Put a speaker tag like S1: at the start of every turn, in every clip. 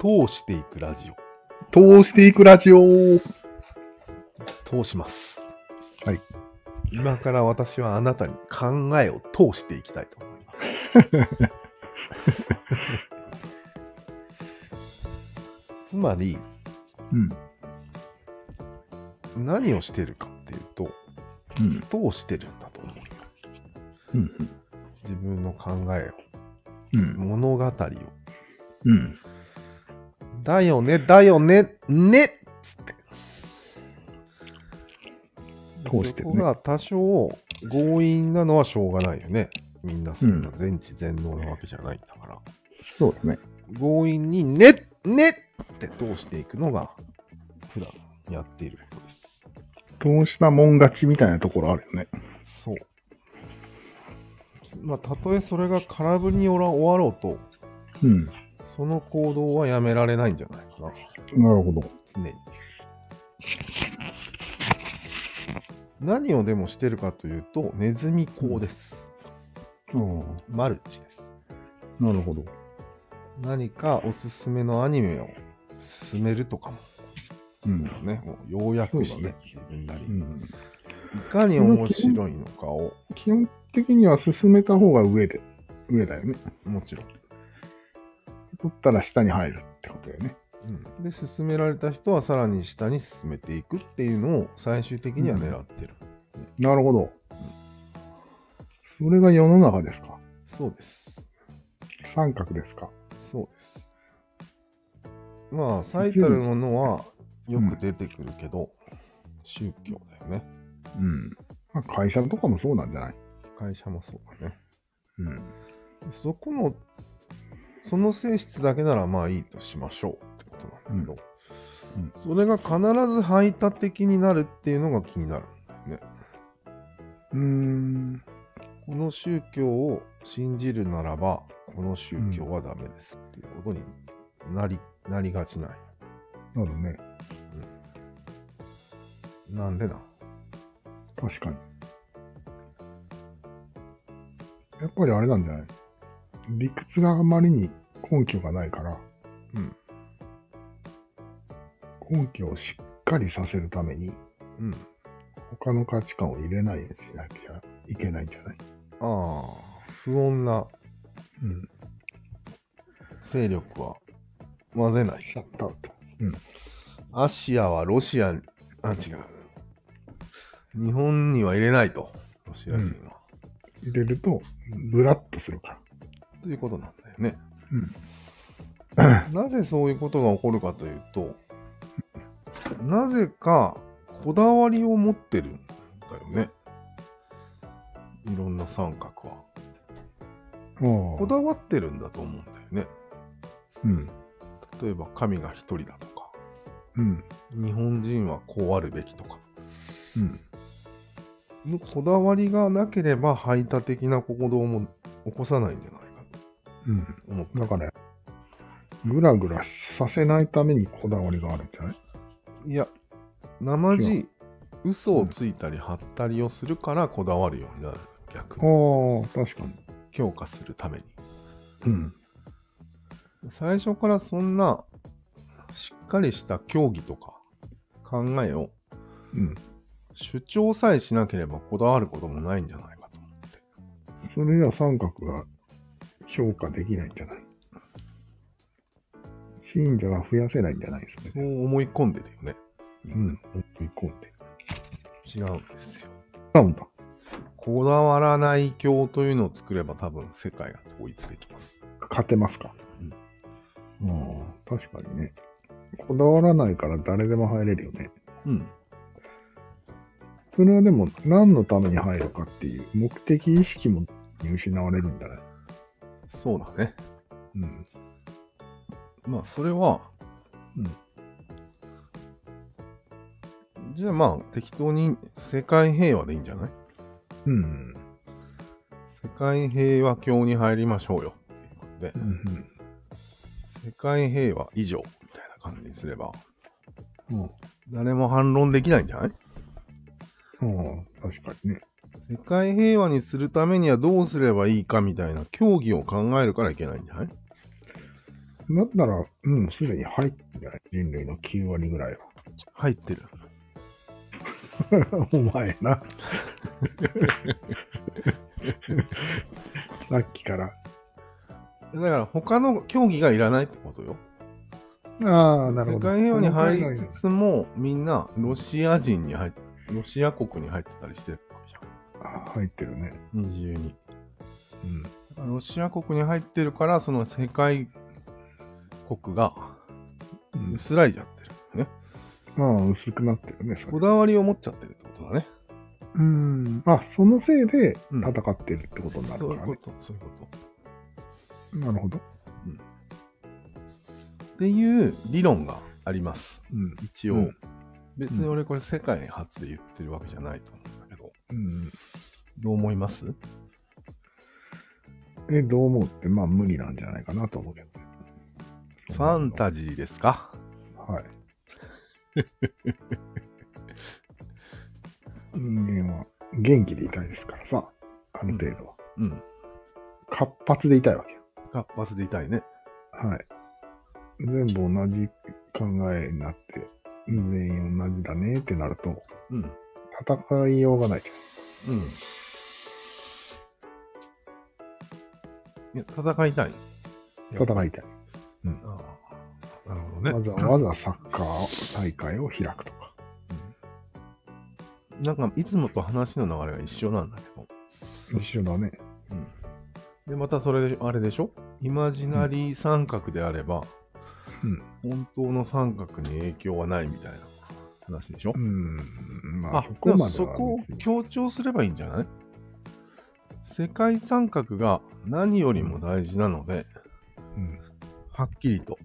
S1: 通していくラジオ。
S2: 通していくラジオ。
S1: 通します。
S2: はい。
S1: 今から私はあなたに考えを通していきたいと思います。 つまり、
S2: うん。
S1: 何をしてるかっていうと、
S2: うん。
S1: どうしてるんだと思う。
S2: うん。
S1: 自分の考え
S2: う
S1: を、
S2: ん。
S1: 物語を。
S2: うん。
S1: だよね、だよね、ねっつって。
S2: 通し
S1: そ
S2: てるね
S1: こが多少強引なのはしょうがないよね。みんなそんな全知全能なわけじゃないんだから。
S2: そうですね。
S1: 強引にね、ねって通していくのが普段やっていることです。
S2: 通したもん勝ちみたいなところあるよね。
S1: そう。まあ、たとえそれが空振りに終わろうと、
S2: うん。
S1: その行動はやめられないんじゃないかな。
S2: なるほど。
S1: 常に。何をでもしてるかというと、ネズミ講です。
S2: あ
S1: マルチです。
S2: あ、なるほど。
S1: 何かおすすめのアニメを進めるとかも、
S2: うん
S1: そうだね、もう要約し
S2: そう
S1: て
S2: だ、
S1: 自分なり
S2: う
S1: に、
S2: ん。
S1: いかに面白いのかを、
S2: 基本的には進めた方が上で、上だよね。
S1: もちろん,、
S2: 取ったら下に入るってことだよね。
S1: うん。で、進められた人はさらに下に進めていくっていうのを最終的には狙ってる。
S2: なるほど。それが世の中ですか
S1: そうです。
S2: 三角ですか
S1: そうです。まあ、最たるものはよく出てくるけど、宗教だよね。
S2: うん。まあ、会社とかもそうなんじゃない
S1: 会社もそうだね。
S2: うん。
S1: そこの、その性質だけならまあいいとしましょうってことなんだけど、
S2: うんうん
S1: それが必ず排他的になるっていうのが気になるんだよね。
S2: うーん。
S1: この宗教を信じるならば、この宗教はダメですっていうことになり,、なりがちない。
S2: なるね。
S1: なんでな。
S2: 確かに。やっぱりあれなんじゃない理屈があまりに根拠がないから、
S1: うん。
S2: 根拠をしっかりさせるために、
S1: うん。
S2: 他の価値観を入れないようにしなきゃいけないんじゃない
S1: ああ、不穏な
S2: うん。
S1: 勢力は混ぜない。
S2: シャットアウト。
S1: アシアはロシアに、あ、違う。日本には入れないと、ロシア人は。
S2: 入れると、ブラッとするか
S1: ということなんだよね。
S2: ら。
S1: なぜそういうことが起こるかというと、なぜかこだわりを持ってるんだよね。いろんな三角は。
S2: うん。
S1: こだわってるんだと思うんだよね。
S2: うん。
S1: 例えば神が一人だとか、
S2: うん。
S1: 日本人はこうあるべきとか。
S2: うん。
S1: のこだわりがなければ排他的な行動も起こさないんじゃないか
S2: うん。
S1: と思った。
S2: だから、ぐらぐらさせないためにこだわりがあるんじゃない
S1: いや、生地、嘘をついたり貼ったりをするからこだわるようになる。逆に
S2: ああ、確かに。
S1: 強化するために。
S2: うん。
S1: 最初からそんなしっかりした教義とか考えを
S2: うん。
S1: 主張さえしなければこだわることもないんじゃないかと思って。
S2: それでは三角が評価できないんじゃない信者が増やせないんじゃないです
S1: そ
S2: かね。
S1: う思い込んでるよね。
S2: うん。追い込んで。
S1: 違うんですよ。
S2: なんだ。
S1: こだわらない教というのを作れば多分世界が統一できます。
S2: 勝てますか。
S1: うん
S2: うん。確かにね。こだわらないから誰でも入れるよね。
S1: うん。
S2: それはでも何のために入るかっていう目的意識も失われるんじゃない
S1: そうだね。
S2: うん。
S1: まあ、それは、
S2: うん。
S1: じゃあまあ、適当に世界平和でいいんじゃない
S2: うん。
S1: 世界平和教に入りましょうよっていうことで
S2: う、ん。
S1: 世界平和以上みたいな感じにすれば、
S2: うん。
S1: 誰も反論できないんじゃない
S2: うん。確かにね。
S1: 世界平和にするためにはどうすればいいかみたいな教義を考えるからいけないんじゃない
S2: だったら、うん、すでに入ってるんじゃない人類の9割ぐらい
S1: 入ってる。
S2: は。 お前な。さっきから。
S1: だから他の競技がいらないってことよ。
S2: ああ、なる
S1: 世
S2: ほど。
S1: 界平和に入りつつも、みんなロシア人に入って、ロシア国に入ってたりしてるわけじ
S2: あ入ってるね。
S1: ゃん。二重に。
S2: うん。
S1: ロシア国に入ってるから、その世界国が
S2: うん
S1: 薄らいじゃってる。ね。
S2: まあ、薄くなってるね、そ
S1: こ
S2: れ。
S1: だわりを持っちゃってるってことだね。
S2: うん。あ、そのせいで
S1: うん
S2: 戦ってるってことになる
S1: そう
S2: か
S1: い
S2: ら
S1: う
S2: ね
S1: こ。と、そういうこと。
S2: なるほど。
S1: っていう理論があります。
S2: うん。
S1: 一応。
S2: うん
S1: 別に俺これ世界初で言ってるわけじゃないと思うんだけど。
S2: うん、
S1: どう思います
S2: え、どう思うって、まあ、無理なんじゃないかなと思うけど。
S1: ファンタジーですか
S2: はい。 人間は元気でいたいですからさ、ある程度は。
S1: うん。
S2: 活発でいたいわけよ。
S1: 活発でいたいね。
S2: はい。全部同じ考えになって、全員同じだねってなると、
S1: うん。うん。
S2: 戦いようがないけ
S1: いや、戦いたい。
S2: ど、戦いたい。
S1: ああ。なるほどね。
S2: わざわざサッカー大会を開くとか。
S1: なんかいつもと話の流れが一緒なんだけど。
S2: 一緒だね。
S1: うん。で、またそれで、あれでしょイマジナリー三角であれば、
S2: うん
S1: 本当の三角に影響はないみたいな話でしょ、
S2: うん。まあ、
S1: あ
S2: そ、
S1: で
S2: こま
S1: も
S2: で
S1: そ
S2: は
S1: こを
S2: 別に
S1: 強調すればいいんじゃない世界三角が何よりも大事なので、
S2: うん。
S1: はっきりと。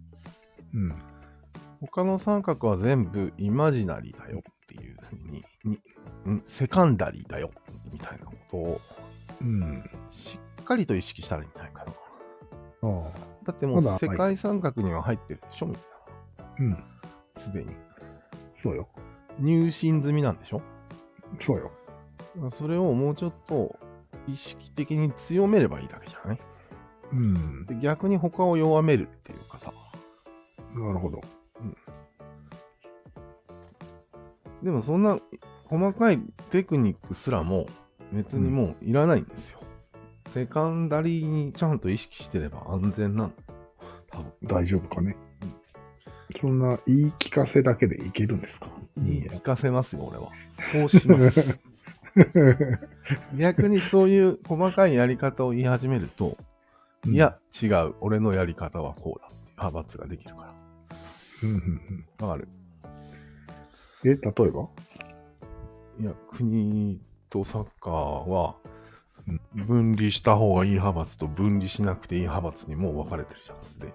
S2: うん。
S1: 他の三角は全部イマジナリーだよっていうふうに、にんセカンダリーだよみたいなことを
S2: うん。
S1: しっかりと意識したらいいんじゃないかな。
S2: あ
S1: だってもう
S2: まだ
S1: 世界三角には入ってるでしょみたい
S2: あ。うん。
S1: な。すでに。
S2: そうよ。
S1: 入信済みなんでしょ
S2: そうよ。
S1: それをもうちょっと意識的に強めればいいだけじゃない
S2: うん。
S1: で逆に他を弱めるっていうかさ。
S2: なるほど。
S1: でもそんな細かいテクニックすらも別にもういらないんですよ。セカンダリーにちゃんと意識してれば安全なの。多分
S2: 大丈夫かね。そんな言い聞かせだけでいけるんですか
S1: 言い聞かせますよ、俺は。こうし ます。逆にそういう細かいやり方を言い始めると、
S2: うん
S1: い、や、違う、俺のやり方はこうだっていう派閥ができるか
S2: うんうん
S1: ら。わかる
S2: うんえ、例えば
S1: いや、国とサッカーは、分離した方がいい派閥と分離しなくていい派閥にもう分かれてるじゃん、すでに。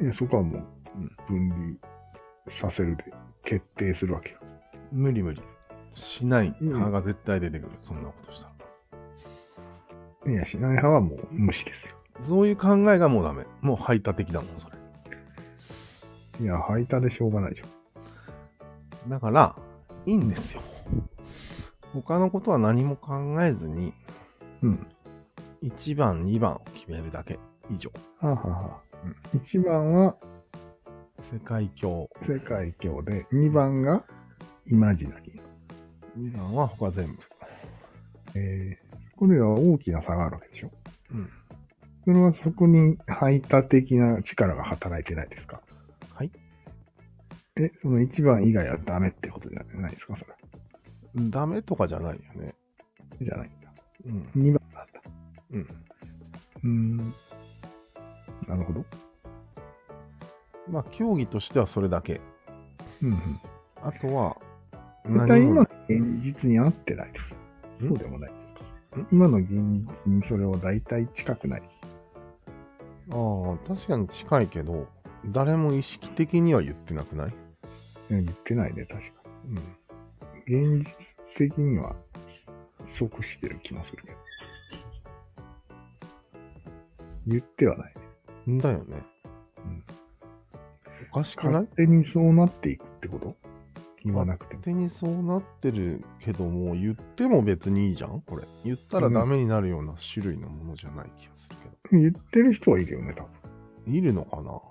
S2: えそこはもう
S1: うん
S2: 分離させるで決定するわけよ。
S1: 無理無理。しない
S2: うん
S1: 派が絶対出てくる、そんなことしたら。
S2: いや、しない派はもう無視ですよ。
S1: そういう考えがもうダメ。もう排他的だもん、それ。
S2: いや、排他でしょうがないでしょ。
S1: だから、いいんですよ。他のことは何も考えずに、
S2: うん。
S1: 1番、2番を決めるだけ。以上。
S2: はあ、はあはあ、1番は
S1: 世界教。
S2: 世界教で、2番がイマジナリー。
S1: 2番は他全部。
S2: えー、そこでは大きな差があるわけでしょ。
S1: うん。
S2: それはそこに排他的な力が働いてないですか
S1: はい。
S2: え、その1番以外はダメってことじゃないですかそれ。
S1: ダメとかじゃないよね。
S2: じゃないんだ。
S1: うん。
S2: 2番なんだ。
S1: うん。
S2: うーん。なるほど。
S1: まあ、競技としてはそれだけ。
S2: うん、うん。
S1: あとは、
S2: 絶対
S1: も
S2: 今の
S1: ない
S2: 現実に合ってないです。
S1: ん
S2: そうでもないですか。今の現実にそれは大体近くない。
S1: ああ、確かに近いけど、誰も意識的には言ってなくない
S2: うん言ってないね、確か
S1: うん。
S2: に。現実的には即してる気もするけど。言ってはない。
S1: んだよね。うん。おかしくない
S2: 勝手にそうなっていくってこと言わなくても
S1: 勝。手にそうなってるけども、言っても別にいいじゃんこれ。言ったらダメになるような種類のものじゃない気がするけど。
S2: 言ってる人はいるよね、多分。
S1: いるのかな
S2: わ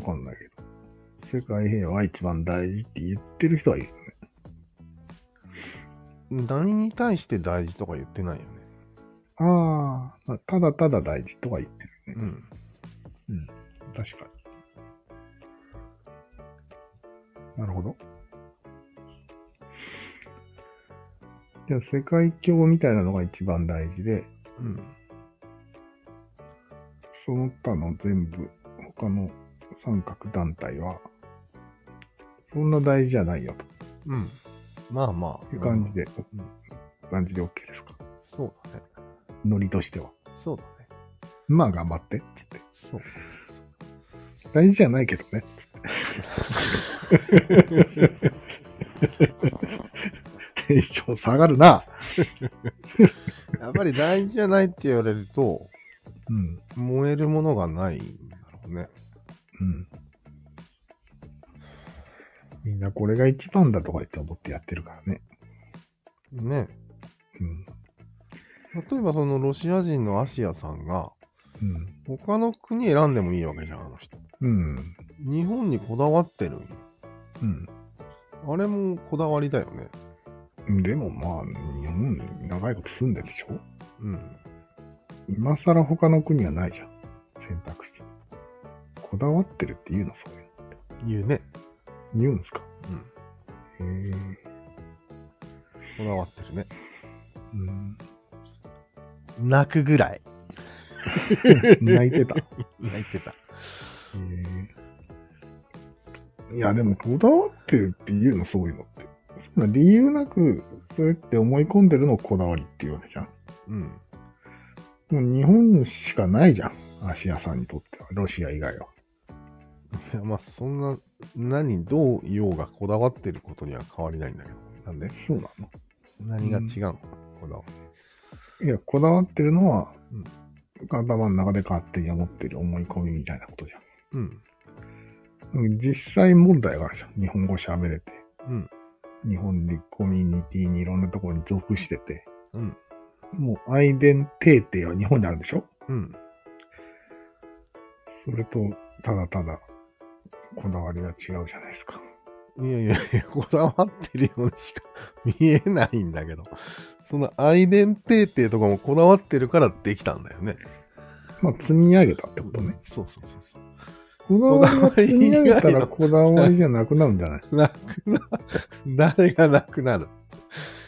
S2: かんないけど。世界平和は一番大事って言ってる人はいる。
S1: 何に対して大事とか言ってないよね。
S2: ああ、ただただ大事とは言ってる。
S1: うん。
S2: 確かに。なるほど。じゃあ、世界教みたいなのが一番大事で、
S1: うん。
S2: その他の全部、他の三角団体は、そんな大事じゃないよ
S1: うん。まあまあ。
S2: という感じで、
S1: うん
S2: 感じで OK ですか。
S1: うん。そうだね。
S2: ノリとしては。
S1: そうだね。
S2: まあ、頑張って。って
S1: そうそうそうそう。
S2: 大事じゃないけどね。テンション下がるな。
S1: やっぱり大事じゃないって言われると、
S2: うん。
S1: 燃えるものがないんだろうね。
S2: うん。みんなこれが一番だとか言って思ってやってるからね。
S1: ね。
S2: うん。
S1: 例えばそのロシア人のアシアさんが、
S2: うん。
S1: 他の国選んでもいいわけじゃん、あの人。
S2: うん。
S1: 日本にこだわってる。
S2: うん
S1: あれもこだわりだよね。
S2: でもまあ、日本に長いこと住んでるでしょ
S1: うん。
S2: 今更他の国はないじゃん。選択肢。こだわってるって言うの、そうい
S1: 言
S2: う
S1: うね。
S2: の。言うんですか
S1: うん。
S2: へえ。
S1: こだわってるね。
S2: うん。
S1: 泣くぐらい。
S2: 泣いてた。
S1: 泣いてた。
S2: いや、でも、こだわってるっていうの、そういうのって。そんな理由なく、それって思い込んでるのをこだわりっていうわけじゃん。
S1: うん。
S2: もう日本しかないじゃん。芦屋さんにとっては、ロシア以外は。
S1: いやまあそんな何どう言おうがこだわってることには変わりないんだけどなんで
S2: そうなの
S1: 何が違うの、こだわ
S2: いや、こだわってるのは、
S1: うん
S2: 頭の中で勝手に思ってる思い込みみたいなことじゃん。
S1: うん
S2: うん実際問題があるじゃん。日本語喋れて。
S1: うん
S2: 日本でコミュニティにいろんなところに属してて。
S1: うん
S2: もうアイデンテーテは日本にあるでしょ
S1: うん
S2: それと、ただただ、こだわりが違うじゃないですか。
S1: いやいやいや こだわってるようにしか 見えないんだけどそのアイデンテーテとかもこだわってるからできたんだよね
S2: まあ、積み上げたってことね。
S1: そうそうそうそう
S2: こだわりが積み上げたらこだわりじゃなくなるんじゃない
S1: なくな誰がな くなる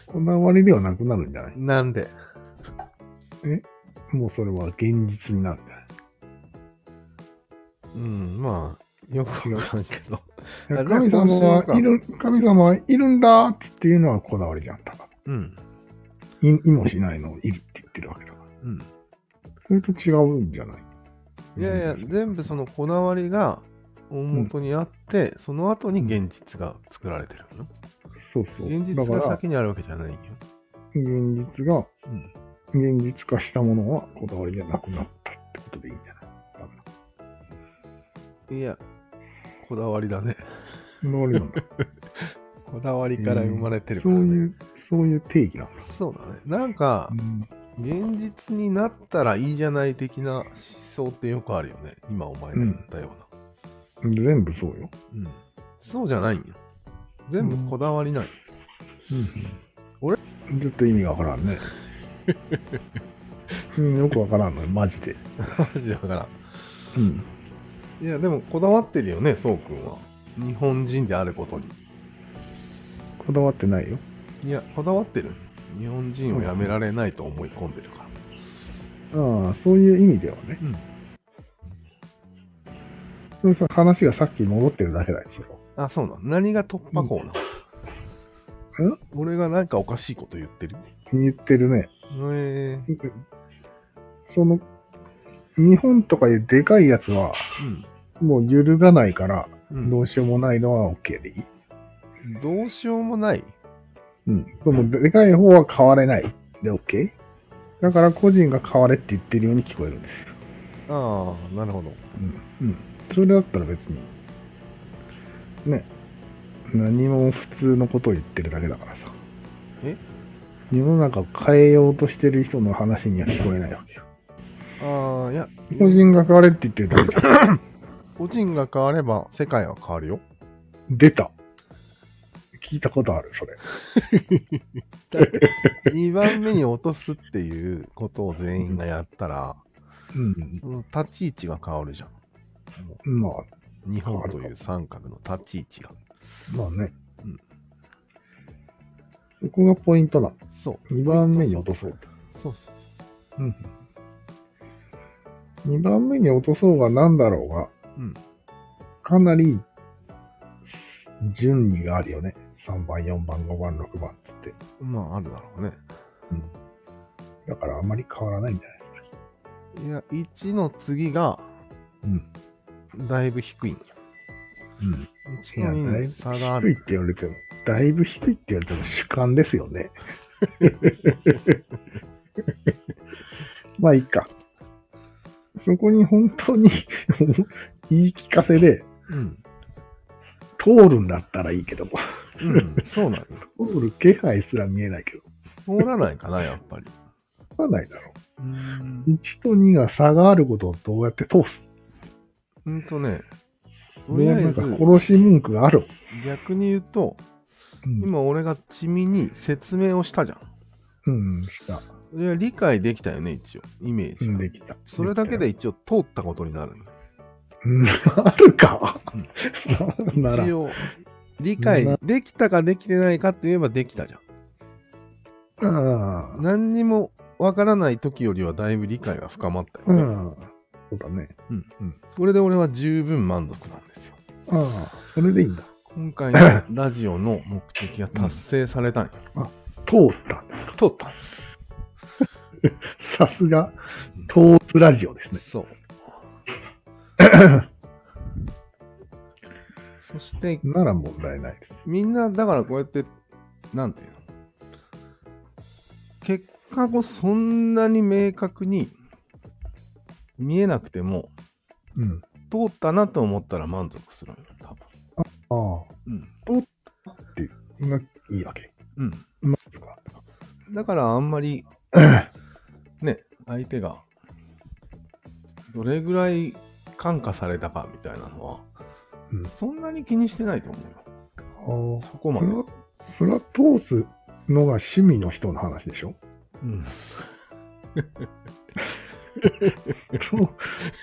S2: こだわりではなくなるんじゃない
S1: なんで
S2: もうそれは現実になるんじゃない
S1: うんまあよくわかんないけど
S2: いや
S1: あ
S2: 神
S1: じゃあ
S2: 様はいる、神様はいるんだっていうのはこだわりじゃん、ただ。
S1: うん
S2: いいもしないのをいるって言ってるわけだから。
S1: うん
S2: それと違うんじゃない
S1: いやいや、全部そのこだわりが大元にあって、その後に現実が作られてるの。
S2: そうそう。
S1: 現実
S2: だ
S1: が
S2: から、
S1: 先にあるわけじゃないよ。
S2: 現実が、
S1: うん
S2: 現実化したものはこだわりじゃなくなったってことでいいんじゃない
S1: いや、こだわりだね。
S2: こだわりなんだ。
S1: こだわりから生まれてるか
S2: そ
S1: ら
S2: う
S1: ね。
S2: いう、そういう定義なんだ。
S1: そうだね。なんか、現実になったらいいじゃない的な思想ってよくあるよね。今お前が言ったような。
S2: うん全部そうよ。
S1: うんそうじゃないんよ。全部こだわりない。俺
S2: ちょっと意味がわからん ね。うん、よくわからんのよ、マジで。
S1: マジだから。
S2: うん。
S1: いや、でもこだわってるよね、そうくんは。日本人であることに。
S2: こだわってないよ。
S1: いや、こだわってる。日本人をやめられないと思い込んでるから。
S2: ああ、そういう意味ではね。
S1: うん
S2: それさ、話がさっき戻ってるだけだよ、それは
S1: あ、そうなの。何が突破口なの、
S2: うんん
S1: 俺がなんかおかしいこと言ってる
S2: 言ってるね。
S1: ええ
S2: その、日本とかいうでかいやつは、もう揺るがないから、
S1: うん。
S2: どうしようもないのは OK でいい。
S1: うん、どうしようもない。
S2: うん。でも、でかい方は変われない。で OK? だから、個人が変われって言ってるように聞こえるんですよ。
S1: ああ、なるほど。
S2: うん。うん。それだったら別に、ね。何も普通のことを言ってるだけだからさ。
S1: え
S2: 世の中を変えようとしてる人の話には聞こえないわけよ。
S1: ああ、いや、
S2: 個人が変われって言ってるだけじゃん
S1: 個人が変われば世界は変わるよ。
S2: 出た。聞いたことある、それ。
S1: だって、2番目に落とすっていうことを全員がやったら、
S2: うん。
S1: その立ち位置が変わるじゃん。
S2: まあ、
S1: 日本という三角の立ち位置が。
S2: まあね。
S1: うん
S2: そこがポイントだ。
S1: そう。
S2: 2番目に落とそう。
S1: そうそうそう
S2: うん。2番目に落とそうが何だろうが、
S1: うん
S2: かなり順位があるよね。3番、4番、5番、6番って。
S1: そう。まあ、あるだろうね。
S2: だからあまり変わらないんじゃない
S1: いや、1の次が、
S2: うん。
S1: だいぶ低いんや。
S2: うん。
S1: 1の2に差があ
S2: 低い
S1: る。
S2: って言われても、だいぶ低いって言われても主観ですよね。 まあいいか。そこに本当に 言い聞かせで
S1: うん。
S2: 通るんだったらいいけども、
S1: うん。そうなんよ。
S2: 通る気配すら見えないけど、
S1: 通らないかな、やっぱり。
S2: 通らないだろ
S1: うーん
S2: う。。1と2が差があることをどうやって通す
S1: うんとね、とりあ
S2: ねな
S1: え
S2: んか
S1: ず、
S2: 殺し文句がある。
S1: 逆に言うと、
S2: うん、
S1: 今俺が地味に説明をしたじゃん。
S2: うん、した。
S1: それは理解できたよね、一応。イメー
S2: う
S1: ジ
S2: ん、
S1: が。
S2: できた。
S1: それだけで一応通ったことになる。
S2: うん。あるか。なら
S1: 一応、理解できたかできてないかって言えばできたじゃん。
S2: ああ、
S1: 何にもわからない時よりはだいぶ理解が深まった
S2: う
S1: よね。
S2: ん。そうだね。
S1: これで俺は十分満足なんですよ。
S2: ああ、それでいいんだ。
S1: 今回 のラジオの目的が達成されたんよ。
S2: 通った。
S1: 通ったんです。
S2: さすが、通すラジオですね。
S1: そう。そして、
S2: なら問題ないです。
S1: みんな、だからこうやって、なんていうの結果をそんなに明確に見えなくても、
S2: うん。
S1: 通ったなと思ったら満足するのよ、多分。
S2: あ
S1: うん。
S2: あ、がいいわけ。
S1: うん。
S2: まずか。
S1: だからあんまり
S2: うん
S1: ね、相手がどれぐらい感化されたかみたいなのは、
S2: うん
S1: そんなに気にしてないと思うよ。
S2: ああ
S1: そこま
S2: そ
S1: で
S2: れ。は、それは通すのが趣味の人の話でしょ
S1: うん、
S2: そう、そう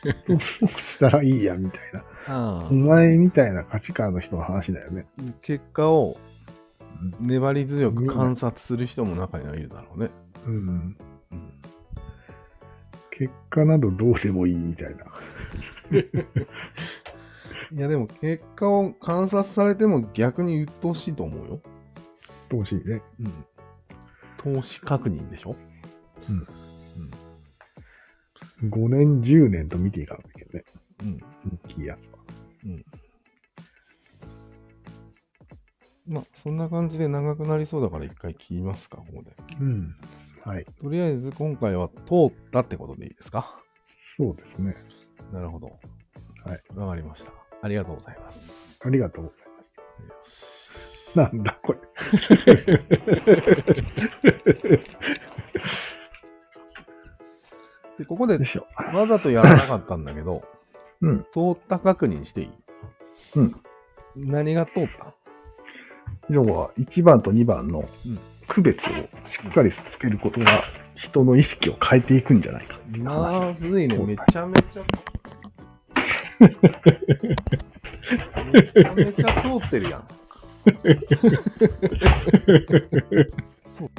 S2: したらいいや、みたいな。
S1: あ
S2: お前みたいな価値観の人の話だよね。
S1: あ結果を粘り強く観察する人も中にはいるだろうね。
S2: うん。
S1: うん、
S2: 結果などどうでもいいみたいな。
S1: いやでも結果を観察されても逆に鬱陶しいと思うよ。
S2: 通しいね。
S1: うん、投資確認でしょ
S2: 5年、10年と見ていかなきゃいけないね。
S1: うん
S2: 大きいやつは。
S1: まあそんな感じで長くなりそうだから一回切りますか、ここで。
S2: うん。はい。
S1: とりあえず今回は通ったってことでいいですか
S2: そうですね。
S1: なるほど。
S2: はい。
S1: わかりました。ありがとうございます。
S2: ありがとうございます。なんだこれ。
S1: で、ここで
S2: よいしょ。
S1: わざとやらなかったんだけど、
S2: うん。
S1: 通った確認していい
S2: うん。
S1: 何が通った
S2: 要は、1番と2番の
S1: うん
S2: 区別をしっかりつけることが、人の意識を変えていくんじゃないか。
S1: まずいね。
S2: 通
S1: め
S2: った
S1: ちゃめち ゃ。めちゃめちゃ通ってるやん。そう。